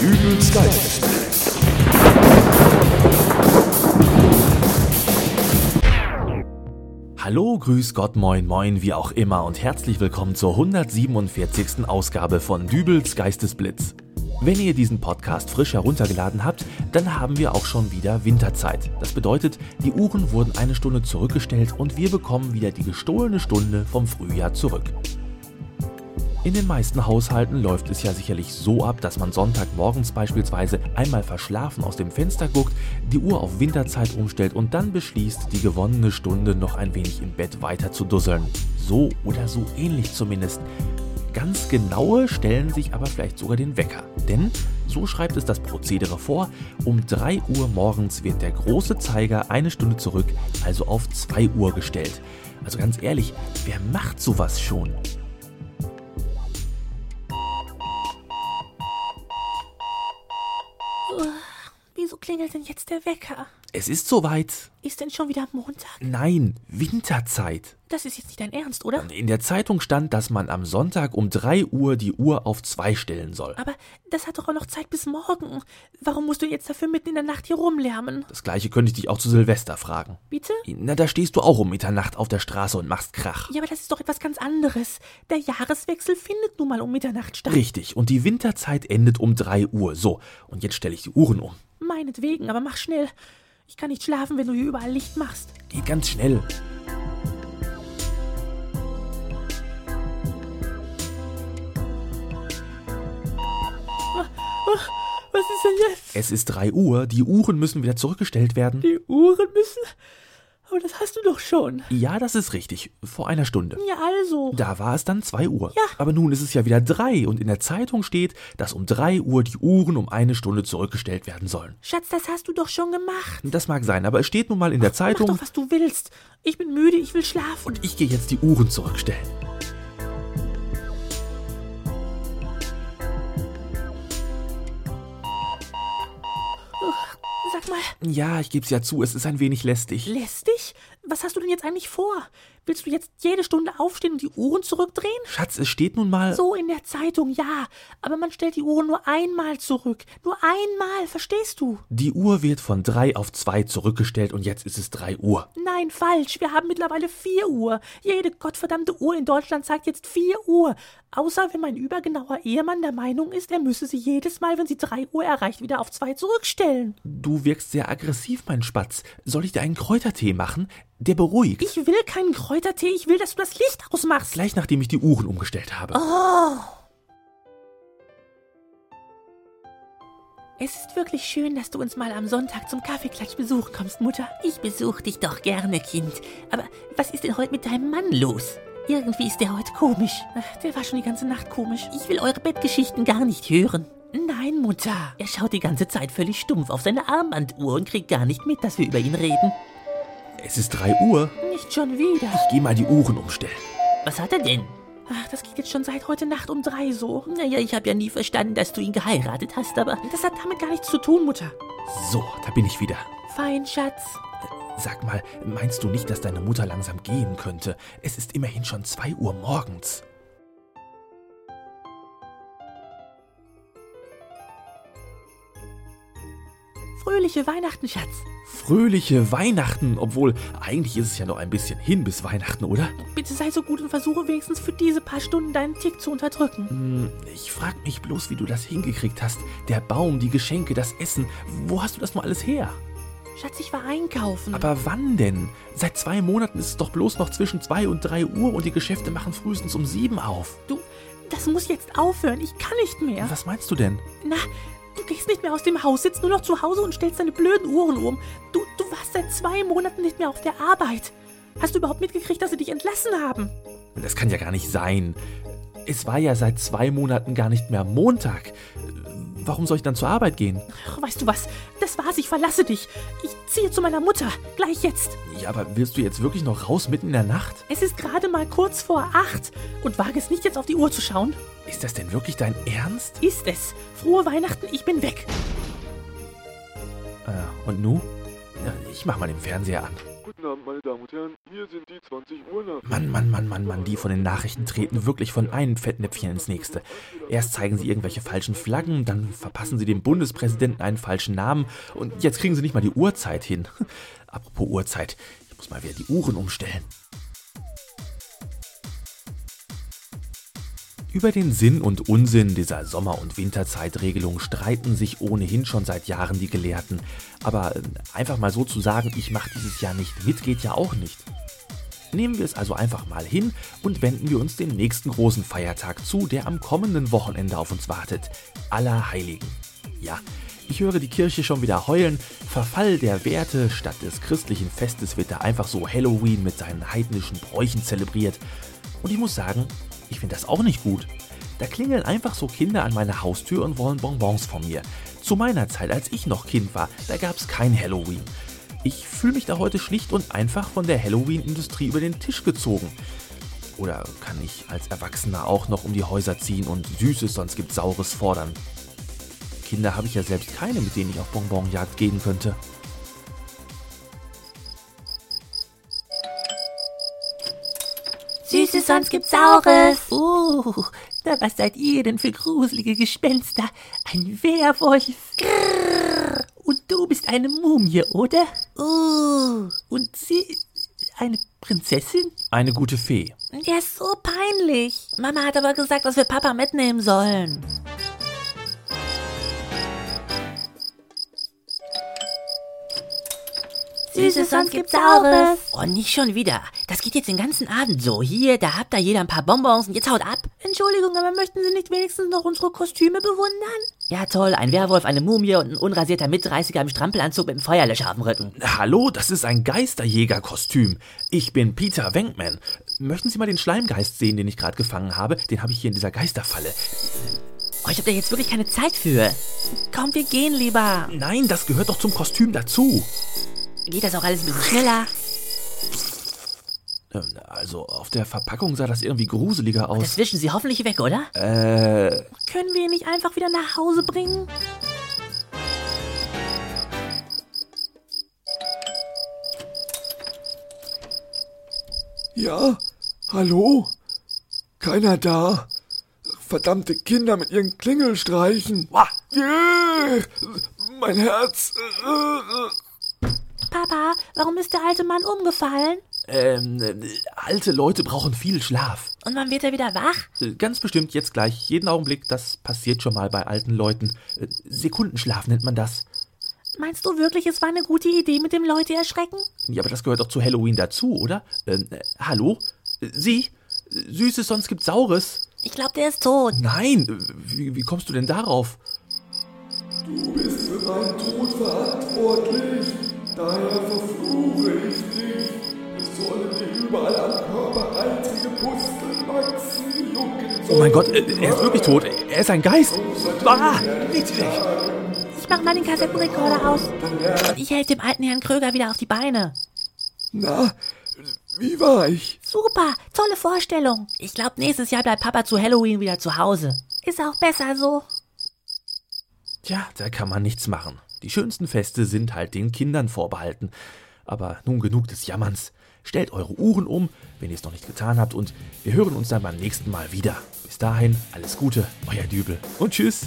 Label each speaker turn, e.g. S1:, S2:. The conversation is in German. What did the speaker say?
S1: Dübels Geistesblitz.
S2: Hallo, grüß Gott, moin, moin, wie auch immer und herzlich willkommen zur 147. Ausgabe von Dübels Geistesblitz. Wenn ihr diesen Podcast frisch heruntergeladen habt, dann haben wir auch schon wieder Winterzeit. Das bedeutet, die Uhren wurden eine Stunde zurückgestellt und wir bekommen wieder die gestohlene Stunde vom Frühjahr zurück. In den meisten Haushalten läuft es ja sicherlich so ab, dass man Sonntagmorgens beispielsweise einmal verschlafen aus dem Fenster guckt, die Uhr auf Winterzeit umstellt und dann beschließt, die gewonnene Stunde noch ein wenig im Bett weiter zu dusseln. So oder so ähnlich zumindest. Ganz genaue stellen sich aber vielleicht sogar den Wecker. Denn, so schreibt es das Prozedere vor, um 3 Uhr morgens wird der große Zeiger eine Stunde zurück, also auf 2 Uhr gestellt. Also ganz ehrlich, wer macht sowas schon?
S3: Wieso klingelt denn jetzt der Wecker?
S2: Es ist soweit.
S3: Ist denn schon wieder Montag?
S2: Nein, Winterzeit.
S3: Das ist jetzt nicht dein Ernst, oder?
S2: In der Zeitung stand, dass man am Sonntag um 3 Uhr die Uhr auf 2 stellen soll.
S3: Aber das hat doch auch noch Zeit bis morgen. Warum musst du jetzt dafür mitten in der Nacht hier rumlärmen?
S2: Das gleiche könnte ich dich auch zu Silvester fragen.
S3: Bitte?
S2: Na, da stehst du auch um Mitternacht auf der Straße und machst Krach.
S3: Ja, aber das ist doch etwas ganz anderes. Der Jahreswechsel findet nun mal um Mitternacht statt.
S2: Richtig, und die Winterzeit endet um 3 Uhr. So, und jetzt stelle ich die Uhren um.
S3: Meinetwegen, aber mach schnell. Ich kann nicht schlafen, wenn du hier überall Licht machst.
S2: Geht ganz schnell.
S3: Was ist denn jetzt?
S2: Es ist 3 Uhr, die Uhren müssen wieder zurückgestellt werden.
S3: Die Uhren müssen. Aber das hast du doch schon.
S2: Ja, das ist richtig. Vor einer Stunde.
S3: Ja, also.
S2: Da war es dann 2 Uhr.
S3: Ja.
S2: Aber nun ist es ja wieder 3 und in der Zeitung steht, dass um 3 Uhr die Uhren um eine Stunde zurückgestellt werden sollen.
S3: Schatz, das hast du doch schon gemacht.
S2: Das mag sein, aber es steht nun mal in der
S3: Mach
S2: Zeitung.
S3: doch, was du willst. Ich bin müde, ich will schlafen.
S2: Ich gehe jetzt die Uhren zurückstellen.
S3: Sag mal,
S2: Ja, ich geb's ja zu, es ist ein wenig lästig.
S3: Lästig? Was hast du denn jetzt eigentlich vor? Willst du jetzt jede Stunde aufstehen und die Uhren zurückdrehen?
S2: Schatz, es steht nun mal.
S3: So in der Zeitung, ja. Aber man stellt die Uhren nur einmal zurück. Nur einmal, verstehst du?
S2: Die Uhr wird von 3 auf 2 zurückgestellt und jetzt ist es 3 Uhr.
S3: Nein, falsch. Wir haben mittlerweile 4 Uhr. Jede gottverdammte Uhr in Deutschland zeigt jetzt 4 Uhr. Außer wenn mein übergenauer Ehemann der Meinung ist, er müsse sie jedes Mal, wenn sie 3 Uhr erreicht, wieder auf 2 zurückstellen.
S2: Du wirkst sehr aggressiv, mein Spatz. Soll ich dir einen Kräutertee machen? Der beruhigt.
S3: Ich will keinen Kräutertee. Ich will, dass du das Licht ausmachst.
S2: Gleich nachdem ich die Uhren umgestellt habe.
S3: Oh! Es ist wirklich schön, dass du uns mal am Sonntag zum Kaffeeklatsch besuchen kommst, Mutter. Ich besuche dich doch gerne, Kind. Aber was ist denn heute mit deinem Mann los? Irgendwie ist der heute komisch. Ach, der war schon die ganze Nacht komisch. Ich will eure Bettgeschichten gar nicht hören. Nein, Mutter. Er schaut die ganze Zeit völlig stumpf auf seine Armbanduhr und kriegt gar nicht mit, dass wir über ihn reden.
S2: Es ist 3 Uhr.
S3: Nicht schon wieder.
S2: Ich geh mal die Uhren umstellen.
S3: Was hat er denn? Ach, das geht jetzt schon seit heute Nacht um drei so. Naja, ich habe ja nie verstanden, dass du ihn geheiratet hast, aber... Das hat damit gar nichts zu tun, Mutter.
S2: So, da bin ich wieder.
S3: Fein, Schatz.
S2: Sag mal, meinst du nicht, dass deine Mutter langsam gehen könnte? Es ist immerhin schon 2 Uhr morgens.
S3: Fröhliche Weihnachten, Schatz.
S2: Fröhliche Weihnachten, obwohl eigentlich ist es ja noch ein bisschen hin bis Weihnachten, oder?
S3: Bitte sei so gut und versuche wenigstens für diese paar Stunden deinen Tick zu unterdrücken.
S2: Hm, Ich frag mich bloß, wie du das hingekriegt hast. Der Baum, die Geschenke, das Essen. Wo hast du das nur alles her?
S3: Schatz, ich war einkaufen.
S2: Aber wann denn? Seit zwei Monaten ist es doch bloß noch zwischen 2 und 3 Uhr und die Geschäfte machen frühestens um 7 auf.
S3: du, das muss jetzt aufhören. Ich kann nicht mehr.
S2: Was meinst du denn?
S3: Na, du gehst nicht mehr aus dem Haus, sitzt nur noch zu Hause und stellst deine blöden Uhren um. Du, du warst seit zwei Monaten nicht mehr auf der Arbeit. Hast du überhaupt mitgekriegt, dass sie dich entlassen haben?
S2: Das kann ja gar nicht sein. Es war ja seit zwei Monaten gar nicht mehr Montag. Warum soll ich dann zur Arbeit gehen?
S3: Ach, weißt du was? Das war's, ich verlasse dich. Ich ziehe zu meiner Mutter. Gleich jetzt.
S2: Ja, aber willst du jetzt wirklich noch raus mitten in der Nacht?
S3: Es ist gerade mal kurz vor acht. Und wage es nicht, jetzt auf die Uhr zu schauen.
S2: Ist das denn wirklich dein Ernst?
S3: Ist es. Frohe Weihnachten, ich bin weg.
S2: Äh, und nu? Ja, Ich mach mal den Fernseher an.
S4: Guten Abend, meine Damen und Herren. Hier sind die 20 Uhr nach.
S2: Mann, Mann, Mann, Mann, Mann, die von den Nachrichten treten wirklich von einem Fettnäpfchen ins nächste. Erst zeigen sie irgendwelche falschen Flaggen, dann verpassen sie dem Bundespräsidenten einen falschen Namen und jetzt kriegen sie nicht mal die Uhrzeit hin. Apropos Uhrzeit, ich muss mal wieder die Uhren umstellen. Über den Sinn und Unsinn dieser Sommer- und Winterzeitregelung streiten sich ohnehin schon seit Jahren die Gelehrten. Aber äh, einfach mal so zu sagen, ich mache dieses Jahr nicht mit, geht ja auch nicht. Nehmen wir es also einfach mal hin und wenden wir uns dem nächsten großen Feiertag zu, der am kommenden Wochenende auf uns wartet. Allerheiligen. Ja, ich höre die Kirche schon wieder heulen. Verfall der Werte statt des christlichen Festes wird da einfach so Halloween mit seinen heidnischen Bräuchen zelebriert. Und ich muss sagen, ich finde das auch nicht gut. Da klingeln einfach so Kinder an meiner Haustür und wollen Bonbons von mir. Zu meiner Zeit, als ich noch Kind war, da gab es kein Halloween. Ich fühle mich da heute schlicht und einfach von der Halloween-Industrie über den Tisch gezogen. Oder kann ich als Erwachsener auch noch um die Häuser ziehen und Süßes, sonst gibt Saures fordern? Kinder habe ich ja selbst keine, mit denen ich auf Bonbonjagd gehen könnte.
S3: Süßes, sonst gibt's Saures. Oh, na was seid ihr denn für gruselige Gespenster? Ein Werwolf. Grrr. Und du bist eine Mumie, oder? Oh. Und sie eine Prinzessin?
S2: Eine gute Fee.
S3: Der ist so peinlich. Mama hat aber gesagt, dass wir Papa mitnehmen sollen. Süßes, sonst gibt's Saures. Oh, nicht schon wieder. Das geht jetzt den ganzen Abend so. Hier, da habt da jeder ein paar Bonbons und jetzt haut ab. Entschuldigung, aber möchten Sie nicht wenigstens noch unsere Kostüme bewundern? Ja, toll. Ein Werwolf, eine Mumie und ein unrasierter Mitdreißiger im Strampelanzug mit einem Feuerlöscher auf dem Rücken.
S2: Hallo, das ist ein Geisterjägerkostüm. Ich bin Peter Wenkman. Möchten Sie mal den Schleimgeist sehen, den ich gerade gefangen habe? Den habe ich hier in dieser Geisterfalle.
S3: Oh, ich hab da jetzt wirklich keine Zeit für. Komm, wir gehen lieber.
S2: Nein, das gehört doch zum Kostüm dazu.
S3: Geht das auch alles ein bisschen schneller?
S2: Ähm, Also auf der Verpackung sah das irgendwie gruseliger
S3: Das
S2: aus.
S3: wischen Sie hoffentlich weg, oder?
S2: Äh,
S3: Können wir ihn nicht einfach wieder nach Hause bringen?
S1: Ja? Hallo? Keiner da? Verdammte Kinder mit ihren Klingelstreichen.
S2: wah,
S1: Yeah! Mein Herz.
S3: Papa, warum ist der alte Mann umgefallen?
S2: ähm, äh, alte Leute brauchen viel Schlaf.
S3: Und wann wird er wieder wach?
S2: Äh, Ganz bestimmt jetzt gleich, jeden Augenblick, das passiert schon mal bei alten Leuten. Äh, Sekundenschlaf nennt man das.
S3: Meinst du wirklich, es war eine gute Idee, mit dem Leute erschrecken?
S2: Ja, aber das gehört doch zu Halloween dazu, oder? Ähm, äh, hallo? Äh, Sie? Äh, Süßes, sonst gibt's Saures.
S3: Ich glaube, der ist tot.
S2: Nein, äh, wie, wie kommst du denn darauf?
S1: Du bist für meinen Tod verantwortlich. Daher verfluche ich dich. Es sollen dir überall am Körper einzige Pusteln wachsen, jucken.
S2: Oh mein Gott, äh, er ist wirklich tot. Er ist ein Geist. Ah, nicht schlecht.
S3: Ich mach mal den Kassettenrekorder aus. Und ich helfe dem alten Herrn Kröger wieder auf die Beine.
S1: Na, wie war ich?
S3: Super, tolle Vorstellung. Ich glaube, nächstes Jahr bleibt Papa zu Halloween wieder zu Hause. Ist auch besser so.
S2: Tja, da kann man nichts machen. Die schönsten Feste sind halt den Kindern vorbehalten. Aber nun genug des Jammerns. Stellt eure Uhren um, wenn ihr es noch nicht getan habt, und wir hören uns dann beim nächsten Mal wieder. Bis dahin, alles Gute, euer Dübel und tschüss.